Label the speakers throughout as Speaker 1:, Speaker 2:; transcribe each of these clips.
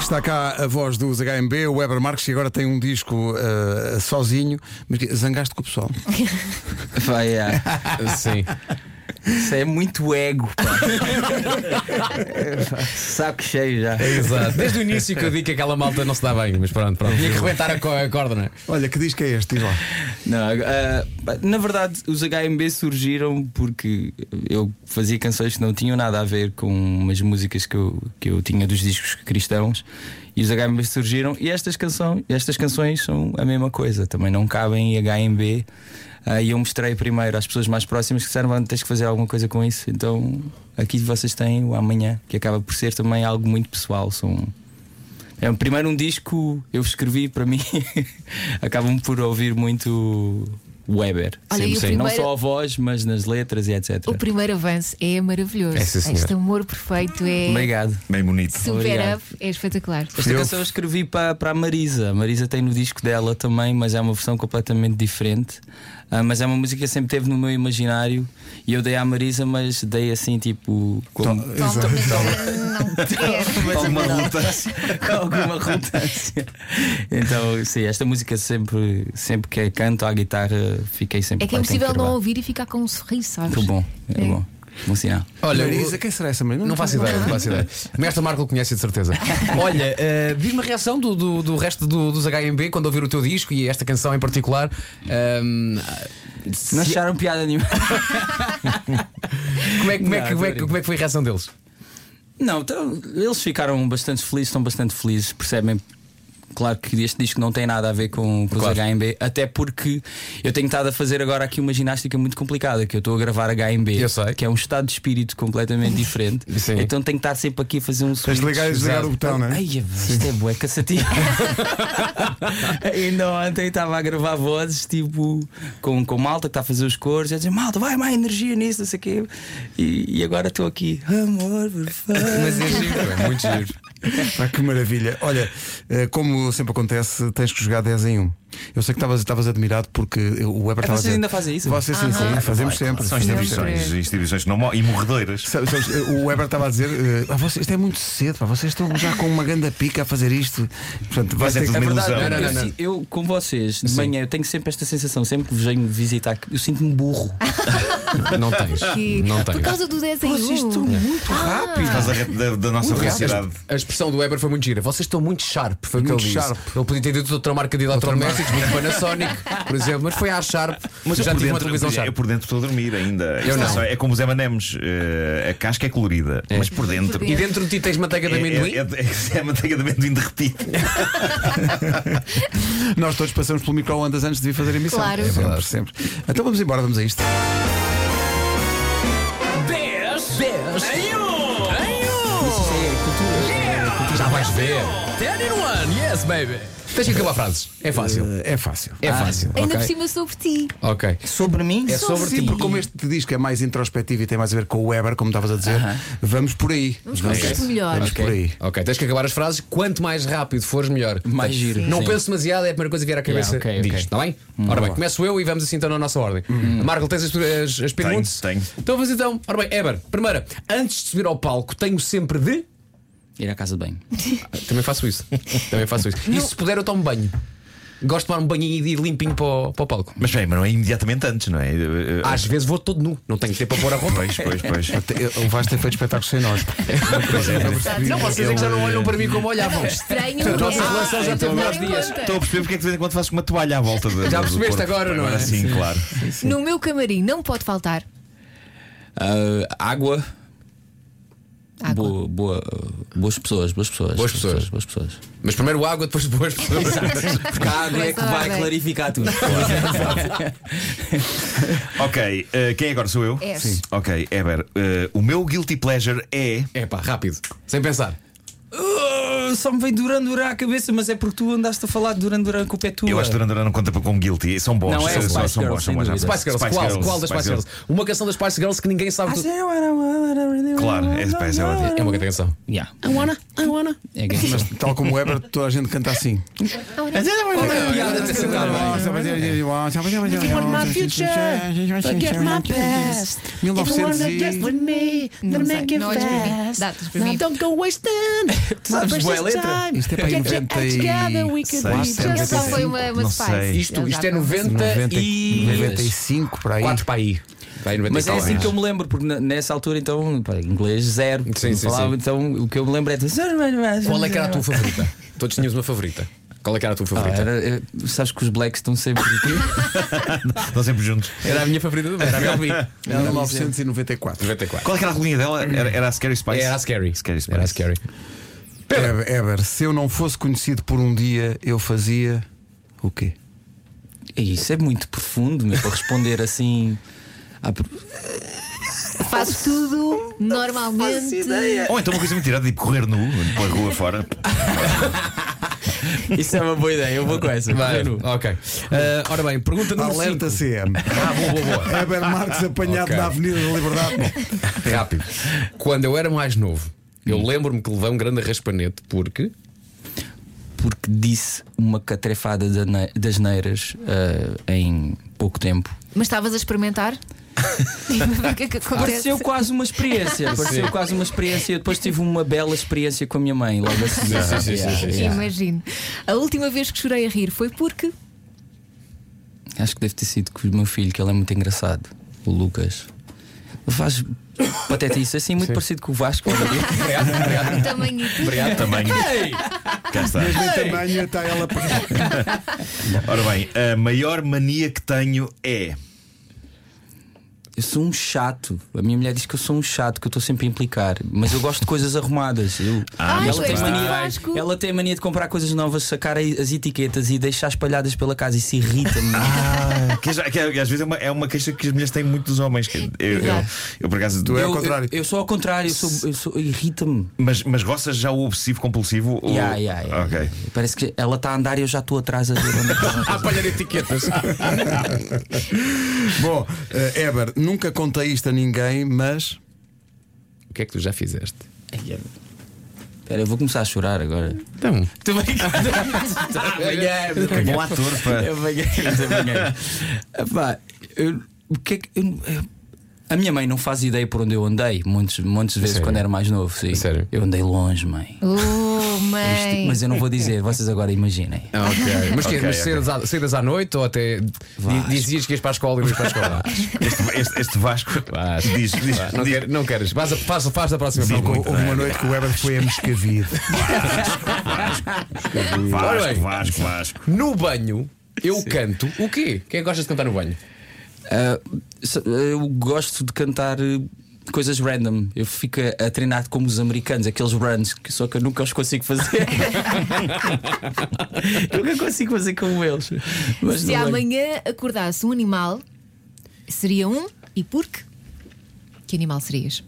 Speaker 1: Está cá a voz dos HMB, o Weber Marques, que agora tem um disco eh, sozinho. Mas que- zangaste com o pessoal.
Speaker 2: Vai, é.
Speaker 3: Sim.
Speaker 2: Isso é muito ego, pá. Saco cheio já.
Speaker 3: É Exato. Desde o início que eu digo que aquela malta não se dá bem, mas pronto, pronto. Tinha que rebentar a, co- a corda, não é?
Speaker 1: Olha, que disco é este? Diz lá.
Speaker 2: Não, ah, na verdade, os HMB surgiram porque eu fazia canções que não tinham nada a ver com umas músicas que eu, que eu tinha dos discos cristãos e os HMB surgiram e estas, canção, estas canções são a mesma coisa, também não cabem em HMB. Ah, E eu mostrei primeiro às pessoas mais próximas que disseram: "Vá, tens que fazer alguma coisa com isso. Então aqui vocês têm o amanhã, que acaba por ser também algo muito pessoal. São é um- primeiro um disco eu escrevi para mim. Acabam por ouvir muito Weber.
Speaker 4: Olha, e o
Speaker 2: Não
Speaker 4: primeiro-
Speaker 2: só a voz, mas nas letras e etc.
Speaker 4: O primeiro avanço é maravilhoso.
Speaker 3: É, sim, senhora.
Speaker 4: este amor perfeito é
Speaker 2: Obrigado.
Speaker 5: Bem bonito.
Speaker 4: super
Speaker 2: Obrigado.
Speaker 4: up, é espetacular.
Speaker 2: Esta canção eu escrevi para, para a Marisa. A Marisa tem no disco dela também, mas é uma versão completamente diferente. Ah, mas é uma música que sempre teve no meu imaginário. E eu dei à Marisa, mas dei assim, tipo. Com...
Speaker 1: Então,
Speaker 4: Tom, Tom, não quero.
Speaker 2: alguma relutância. Com alguma relutância. Então, sim, esta música sempre, sempre que a canto à guitarra, fiquei sempre
Speaker 4: É que é
Speaker 2: "Pá, tenho
Speaker 4: impossível não
Speaker 2: gravar".
Speaker 4: ouvir e ficar com um sorriso, sabes?
Speaker 2: Que bom, é,
Speaker 4: É.
Speaker 2: bom. Bom sinal.
Speaker 3: Olha,
Speaker 1: Marisa, quem será essa menina?
Speaker 3: Não faço ideia, não faço ideia. Mestre Marco conhece de certeza. Olha, eh, diz-me a reação do, do, do resto do- dos HMB quando ouvir o teu disco e esta canção em particular. Ehm, Ahm, se-
Speaker 2: Não acharam piada nenhuma?
Speaker 3: como, é, como, é
Speaker 2: Não,
Speaker 3: que, como, é, que-
Speaker 2: tô
Speaker 3: como é que foi a reação deles?
Speaker 2: Não, então, eles ficaram bastante felizes, estão bastante felizes, percebem. Claro que este disco não tem nada a ver com, com os HMB, até porque eu tenho estado a fazer agora aqui uma ginástica muito complicada, que eu estou a gravar HMB,
Speaker 3: Eu sei.
Speaker 2: que é um estado de espírito completamente diferente.
Speaker 3: Sim.
Speaker 2: Então tenho que estar sempre aqui a fazer um
Speaker 1: Tens de
Speaker 2: switch.
Speaker 1: ligar e desligar o botão, não é?
Speaker 2: Ai, isto é bué cansativo. Ainda ontem estava a gravar vozes tipo com, com malta que está a fazer os cores, e a dizer malta, vai mais energia nisso, não sei o quê. E, e agora estou aqui, amor, por favor.
Speaker 3: Mas é giro, é muito giro.
Speaker 1: Ah, que maravilha. Olha, eh, como sempre acontece, tens que jogar 10 em 1. Eu sei que estavas- estavas admirado porque o Weber estava
Speaker 2: Ah,
Speaker 1: a
Speaker 2: vocês
Speaker 1: dizer-
Speaker 2: ainda fazem isso?
Speaker 1: Vocês sim, sim, fazemos sempre.
Speaker 5: São
Speaker 1: Sim.
Speaker 5: instituições, instituições que não mo- e morredeiras.
Speaker 1: Sabe- sabes, eh, o Weber estava a dizer: eh, ah, vocês, Isto é muito cedo, pá, vocês estão já com uma ganda pica a fazer isto. Portanto, vai
Speaker 5: Mas é
Speaker 1: ter que-
Speaker 5: tudo uma
Speaker 1: verdade, não,
Speaker 5: ilusão.
Speaker 1: não, não,
Speaker 2: Eu,
Speaker 1: não.
Speaker 2: si- eu, com vocês, de manhã, eu tenho sempre esta sensação, sempre que vos venho visitar, que eu sinto-me burro.
Speaker 3: Não tens.
Speaker 4: Que-
Speaker 3: Não
Speaker 4: Por
Speaker 3: tens.
Speaker 4: causa do 10 em
Speaker 1: Vocês
Speaker 4: 1.
Speaker 1: estão muito rápido.
Speaker 5: Por causa da, da nossa velocidade.
Speaker 3: A expressão do Weber foi muito gira. Vocês estão muito sharp, foi o que ele
Speaker 1: Muito
Speaker 3: disse.
Speaker 1: sharp.
Speaker 3: Ele podia ter dito outra marca de eletrodomésticos, muito Panasonic, por exemplo, mas foi à sharp. Mas
Speaker 5: eu
Speaker 3: já
Speaker 5: por
Speaker 3: tive uma
Speaker 5: dentro-
Speaker 3: televisão
Speaker 5: Eu
Speaker 3: sharp.
Speaker 5: por dentro estou a dormir ainda.
Speaker 3: Eu
Speaker 5: Isto é
Speaker 3: não.
Speaker 5: só- É como os MMs. eh, a casca é colorida, mas por dentro.
Speaker 3: E dentro de ti tens manteiga de
Speaker 5: é,
Speaker 3: amendoim?
Speaker 5: é, é- é a manteiga de amendoim derretida.
Speaker 1: Nós todos passamos pelo micro-ondas antes de vir fazer a emissão.
Speaker 4: Claro. É
Speaker 1: Sempre, sempre. Então vamos embora, vamos a isto.
Speaker 6: 10 10 em 1
Speaker 3: Já vais ver.
Speaker 6: 10 in 1 Yes baby
Speaker 3: Tens que acabar frases. É fácil.
Speaker 1: Eh, É fácil.
Speaker 3: É fácil.
Speaker 4: Ainda por
Speaker 3: ok?
Speaker 4: cima sobre ti.
Speaker 3: Ok.
Speaker 2: Sobre mim?
Speaker 3: É sobre
Speaker 1: Sim,
Speaker 3: ti.
Speaker 1: porque como este disco é mais introspectivo e tem mais a ver com o Weber, como estavas a dizer, vamos por aí.
Speaker 4: Vamos conseguir
Speaker 3: Ok.
Speaker 4: melhor.
Speaker 1: Vamos por aí.
Speaker 3: Ok, tens que acabar as frases. Quanto mais rápido fores, melhor.
Speaker 2: Mais
Speaker 3: Portanto,
Speaker 2: giro,
Speaker 3: Não
Speaker 2: sim.
Speaker 3: penso demasiado, é a primeira coisa que vier à cabeça.
Speaker 2: Yeah, ok, Hum.
Speaker 3: diz,
Speaker 2: ok.
Speaker 3: está bem? Ora bem, começo eu e vamos assim então na nossa ordem. Marco, tens as, as, as perguntas?
Speaker 5: tenho.
Speaker 3: Então vamos então. Ora bem, Eber, primeira, antes de subir ao palco, tenho sempre de.
Speaker 2: Ir à casa de banho.
Speaker 3: Também faço isso. Também faço isso. E se puder, eu tomo banho. Gosto de tomar um banhinho e de ir limpinho para o, para o palco.
Speaker 5: Mas bem, mas não é imediatamente antes, não é? Eh, eh,
Speaker 3: Às vezes vou todo nu, não tenho tempo para pôr a roupa.
Speaker 5: Pois, pois, pois.
Speaker 1: O Vasco tem feito espetáculos sem nós.
Speaker 5: Pois é.
Speaker 3: Não, vocês é que já não olham para mim como olhavam.
Speaker 4: Estranho.
Speaker 3: A nossa
Speaker 4: é-
Speaker 3: relação já
Speaker 4: Ah,
Speaker 3: teve
Speaker 4: então
Speaker 3: maus
Speaker 4: não
Speaker 3: dias.
Speaker 4: conta.
Speaker 5: Estou a perceber porque é que de vez em quando fazes com uma toalha à volta do,
Speaker 3: Já
Speaker 5: do- do
Speaker 3: percebeste
Speaker 5: corpo.
Speaker 3: agora, não é?
Speaker 5: Sim, claro.
Speaker 4: No meu camarim não pode faltar
Speaker 2: Ah, água.
Speaker 4: água.
Speaker 2: Boa, boa, ah, boas pessoas, boas pessoas.
Speaker 3: Boas pessoas.
Speaker 2: Boas pessoas.
Speaker 3: Mas primeiro água, depois boas pessoas.
Speaker 2: Porque a água é que vai
Speaker 4: Exato.
Speaker 2: clarificar tudo.
Speaker 5: Ok, eh, quem é agora? Sou eu?
Speaker 4: És. Sim.
Speaker 5: Ok, Eber, eh, o meu guilty pleasure é.
Speaker 3: É pá, rápido, sem pensar.
Speaker 2: Ah, só me vem Duran Duran à cabeça, mas é porque tu andaste a falar de Duran Duran com o pé tua.
Speaker 5: Eu
Speaker 3: é?
Speaker 5: acho que Duran Duran não conta para como guilty. São bons,
Speaker 2: Não, é
Speaker 5: são,
Speaker 2: Spice
Speaker 5: são, são
Speaker 2: Girls,
Speaker 5: bons, são
Speaker 2: sem
Speaker 5: bons.
Speaker 2: dúvida.
Speaker 3: Spice Girls, qual, qual das Spice Girls? Uma canção das Spice Girls que ninguém sabe. do-
Speaker 5: Claro, é, pá, essa é ótima.
Speaker 3: É uma grande canção.
Speaker 2: Yeah. I wanna, I wanna. É gay.
Speaker 1: Mas tal como o Weber, toda a gente canta assim.
Speaker 4: Não sei, não olhes para mim. Dá-te para mim.
Speaker 2: Tu sabes bué a letra?
Speaker 1: Isto é para aí 90 e-
Speaker 5: Seis,
Speaker 1: Isto já só foi
Speaker 4: uma- uma
Speaker 5: não
Speaker 4: spice.
Speaker 5: sei.
Speaker 3: Isto, isto é 90,
Speaker 1: 90
Speaker 3: e.
Speaker 1: 95 para aí.
Speaker 3: 4 para aí. Vai 90
Speaker 2: Mas é assim que eu me lembro, porque na- nessa altura, então, pá, inglês zero. porque
Speaker 3: Sim,
Speaker 2: não
Speaker 3: sim,
Speaker 2: falava,
Speaker 3: sim.
Speaker 2: então o que eu me lembro é. de-
Speaker 3: Qual é que era a tua favorita? Todos tínhamos uma favorita. Qual é que era a tua
Speaker 2: Ah,
Speaker 3: favorita?
Speaker 2: era, eh, sabes que os blacks estão sempre aqui.
Speaker 5: Estão sempre juntos.
Speaker 3: Era a minha favorita também. Era a Melby.
Speaker 1: 1994.
Speaker 3: 94.
Speaker 5: Qual é que era a colinha dela? Era, era a Scary Spice?
Speaker 3: Era é a Scary.
Speaker 5: Scary Spice.
Speaker 3: Era a Scary.
Speaker 1: Eber, Eber, se eu não fosse conhecido por um dia, eu fazia o quê?
Speaker 2: E Isso é muito profundo, meu, para responder assim. à per-
Speaker 4: Faço tudo normalmente.
Speaker 5: Ou então uma coisa muito tirada, tipo correr nu, pela rua fora.
Speaker 2: Isso é uma boa ideia, eu vou com essa.
Speaker 3: Vai,
Speaker 2: Correr nu.
Speaker 3: ok. Ah, ora bem, pergunta número 5.
Speaker 1: Alerta CM.
Speaker 3: Ah, boa, boa, boa.
Speaker 1: Eber Marques apanhado
Speaker 3: Ok.
Speaker 1: na Avenida da Liberdade. Bom,
Speaker 3: Rápido. Quando eu era mais novo, eu lembro-me que levei um grande raspanete porque.
Speaker 2: Porque disse uma catrefada da ne- das neiras ah, em pouco tempo.
Speaker 4: Mas estavas a experimentar? o que é que acontece?
Speaker 2: Pareceu quase uma experiência. Pareceu quase uma experiência. Depois tive uma bela experiência com a minha mãe logo assim.
Speaker 3: sim, sim, sim, sim, sim.
Speaker 4: Imagino. A última vez que chorei a rir foi porque.
Speaker 2: Acho que deve ter sido com o meu filho, que ele é muito engraçado, o Lucas. Ele faz patetice assim, muito parecido com o Vasco.
Speaker 4: O tamanho
Speaker 5: Obrigado. Também. Cá está.
Speaker 1: mesmo em tamanho está ela para.
Speaker 5: Ora bem, a maior mania que tenho é.
Speaker 2: Eu sou um chato. A minha mulher diz que eu sou um chato, que eu estou sempre a implicar. Mas eu gosto de coisas arrumadas. Eu-
Speaker 4: Ah,
Speaker 2: ela,
Speaker 4: tu
Speaker 2: tem
Speaker 4: és tipo
Speaker 2: mania,
Speaker 4: Vasco.
Speaker 2: ela tem mania de comprar coisas novas, sacar a- as etiquetas e deixar espalhadas pela casa. Isso irrita-me.
Speaker 5: Que, já- que às vezes é uma, é uma queixa que as mulheres têm muito dos homens. que eu- eu, eu,
Speaker 4: Exato.
Speaker 5: eu, por acaso.
Speaker 1: Tu é
Speaker 2: eu,
Speaker 1: ao contrário.
Speaker 2: Eu, eu sou ao contrário, eu sou, eu sou- irrita-me.
Speaker 5: Mas, mas gostas já o obsessivo compulsivo? ou-
Speaker 2: Ya, ya, ya.
Speaker 5: Ok.
Speaker 2: Parece que ela está a andar e eu já estou atrás a ver onde é que ela
Speaker 3: A palhar etiquetas.
Speaker 1: Bom, eh, Eber, nunca contei isto a ninguém, mas.
Speaker 3: o que é que tu já fizeste?
Speaker 2: está. Espera, eu vou começar a chorar agora.
Speaker 3: Então.
Speaker 2: Também
Speaker 5: Que bom ator. pá.
Speaker 2: o que é que. eu- eu- a minha mãe não faz ideia por onde eu andei, muitas muitas vezes
Speaker 3: Sério?
Speaker 2: quando era mais novo. Sim.
Speaker 3: Sério?
Speaker 2: Eu andei longe, mãe. Tipo,
Speaker 4: Oh, mãe.
Speaker 2: Mas eu não vou dizer, vocês agora imaginem.
Speaker 3: Ah, Ok. Mas, que,
Speaker 5: Ok,
Speaker 3: mas
Speaker 5: ok.
Speaker 3: saídas à- saídas à noite ou até. di- Dizias que ias para a escola e não ias para a escola?
Speaker 5: Este, este- este Vasco.
Speaker 3: Vasco.
Speaker 5: Diz, diz,
Speaker 3: Ah, não,
Speaker 5: diz-
Speaker 3: quer- não queres. Faz, a- faz, faz a próxima
Speaker 5: Diz
Speaker 3: pergunta.
Speaker 1: Houve uma noite que o Eber foi a Moscavide.
Speaker 3: Ora
Speaker 5: Vasco,
Speaker 3: bem.
Speaker 5: Vasco, Vasco.
Speaker 3: No banho, eu canto o quê? Quem é que gostas de cantar no banho?
Speaker 2: Ah, se- eu gosto de cantar eh, coisas random. Eu fico a, a treinar como os americanos, aqueles runs, que só que eu nunca os consigo fazer. nunca consigo fazer como eles. Mas
Speaker 4: Se
Speaker 2: não é-
Speaker 4: amanhã acordasse um animal, seria um e porquê? Que animal serias?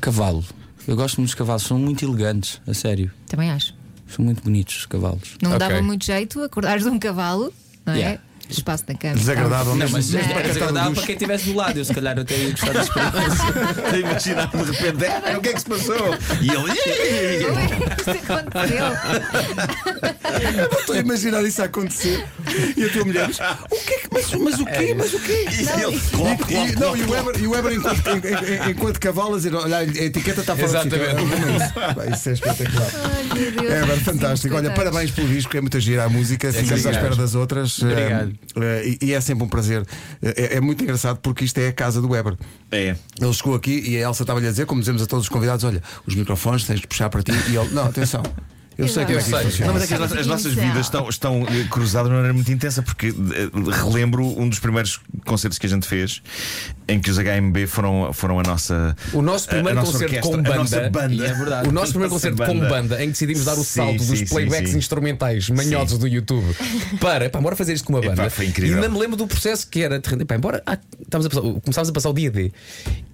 Speaker 2: Cavalo. Eu gosto muito dos cavalos, são muito elegantes, a sério.
Speaker 4: Também acho.
Speaker 2: São muito bonitos os cavalos.
Speaker 4: Não
Speaker 3: Ok.
Speaker 4: dava muito jeito acordares de um cavalo, não é?
Speaker 2: Yeah.
Speaker 4: Espaço na cama.
Speaker 1: Desagradável,
Speaker 2: Não,
Speaker 1: mas.
Speaker 2: mas
Speaker 4: Mas
Speaker 2: é
Speaker 4: para
Speaker 1: cantar
Speaker 2: desagradável
Speaker 1: duas-
Speaker 2: para quem estivesse do lado. Eu, se calhar, eu teria gostado de experiência.
Speaker 5: Imaginar de repente. "É, O que é que se passou? E ele.
Speaker 4: Não é? Isto aconteceu.
Speaker 1: Estou a imaginar isso a acontecer. E a tua mulher diz: O que é que. Mas, mas o quê? Mas o quê?
Speaker 5: E ele. Clop,
Speaker 1: E- e-
Speaker 5: clop,
Speaker 1: não,
Speaker 5: clop,
Speaker 1: e o
Speaker 5: clop.
Speaker 1: Weber, e o Weber enquanto, en- en- enquanto cavalo a dizer, olha, a etiqueta está fora de sítio." um
Speaker 3: Exatamente.
Speaker 1: Pá, Isso é espetacular.
Speaker 4: Ai, meu Deus.
Speaker 1: Weber,
Speaker 4: Sim,
Speaker 1: É fantástico. Olha,
Speaker 4: coitados.
Speaker 1: parabéns pelo disco, é muita gira a música, ficamos à
Speaker 3: obrigado.
Speaker 1: espera das outras. eh,
Speaker 2: Obrigado.
Speaker 1: eh, e, e é sempre um prazer. Eh, É, é muito engraçado porque isto é a casa do Weber.
Speaker 5: É.
Speaker 1: Ele chegou aqui e a Elsa estava-lhe a dizer, como dizemos a todos os convidados, olha, os microfones tens de puxar para ti e ele, não, atenção. Eu sei como é que isto
Speaker 3: Eu sei.
Speaker 1: funciona."
Speaker 5: Não, mas é que as, nossas- as nossas
Speaker 4: Definição.
Speaker 5: vidas estão, estão eh, cruzadas de uma maneira muito intensa, porque eh, relembro um dos primeiros concertos que a gente fez em que os HMB foram, foram a nossa.
Speaker 3: O nosso
Speaker 5: a-
Speaker 3: primeiro
Speaker 5: a nossa
Speaker 3: concerto com
Speaker 5: orquestra, a nossa
Speaker 3: banda.
Speaker 5: banda.
Speaker 2: E é verdade.
Speaker 3: O nosso primeiro
Speaker 5: Nossa
Speaker 3: concerto com banda, em que decidimos dar o
Speaker 5: Sim,
Speaker 3: salto dos
Speaker 5: sim, sim,
Speaker 3: playbacks
Speaker 5: sim.
Speaker 3: instrumentais manhosos do YouTube para, pá, bora fazer isto com uma
Speaker 5: Epá,
Speaker 3: banda.
Speaker 5: foi incrível.
Speaker 3: E ainda me lembro do processo que era, de repente, pá, embora ah, estávamos a passar- começámos a passar o dia D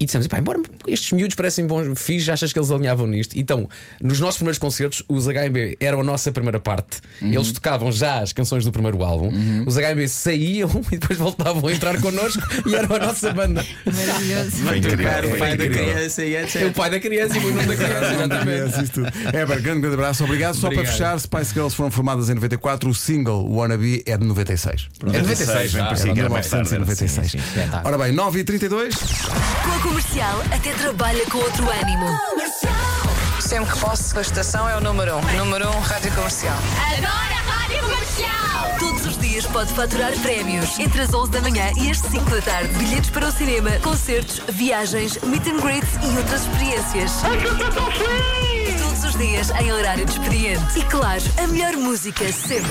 Speaker 3: e dissemos, pá, embora estes miúdos parecem bons, fiz, achas que eles alinhavam nisto? Então, nos nossos primeiros concertos, os HMB eram a nossa primeira parte,
Speaker 5: Uhum.
Speaker 3: eles tocavam já as canções do primeiro álbum, os HMB saíam e depois voltavam a entrar connosco e eram a nossa banda.
Speaker 4: Maravilhoso.
Speaker 5: Foi incrível.
Speaker 2: Era o
Speaker 5: foi
Speaker 2: pai da
Speaker 5: incrível.
Speaker 2: criança e etc.
Speaker 3: É o pai da criança e o irmão da criança, exatamente.
Speaker 1: Yes, isso tudo. Eber, grande, grande abraço, obrigado. Só para
Speaker 3: Obrigado.
Speaker 1: fechar, Spice Girls foram formadas em 94, o single Wannabe é de 96.
Speaker 5: É
Speaker 3: 96,
Speaker 5: 96, bem
Speaker 3: ah,
Speaker 5: parecia que era mais tarde. era
Speaker 1: 1996.
Speaker 5: assim, sim.
Speaker 1: Ora bem, 9h32.
Speaker 7: Com a comercial, até trabalha com outro ânimo. Sempre que posso, a estação é o número 1. Um. Número 1, um, rádio comercial.
Speaker 8: Adoro a Rádio Comercial!
Speaker 9: Todos os dias pode faturar prémios entre as 11 da manhã e as 5 da tarde. Bilhetes para o cinema, concertos, viagens, meet and greets e outras experiências.
Speaker 8: Ai, É que eu estou tão feliz!
Speaker 9: Todos os dias em horário de expediente. E claro, a melhor música sempre.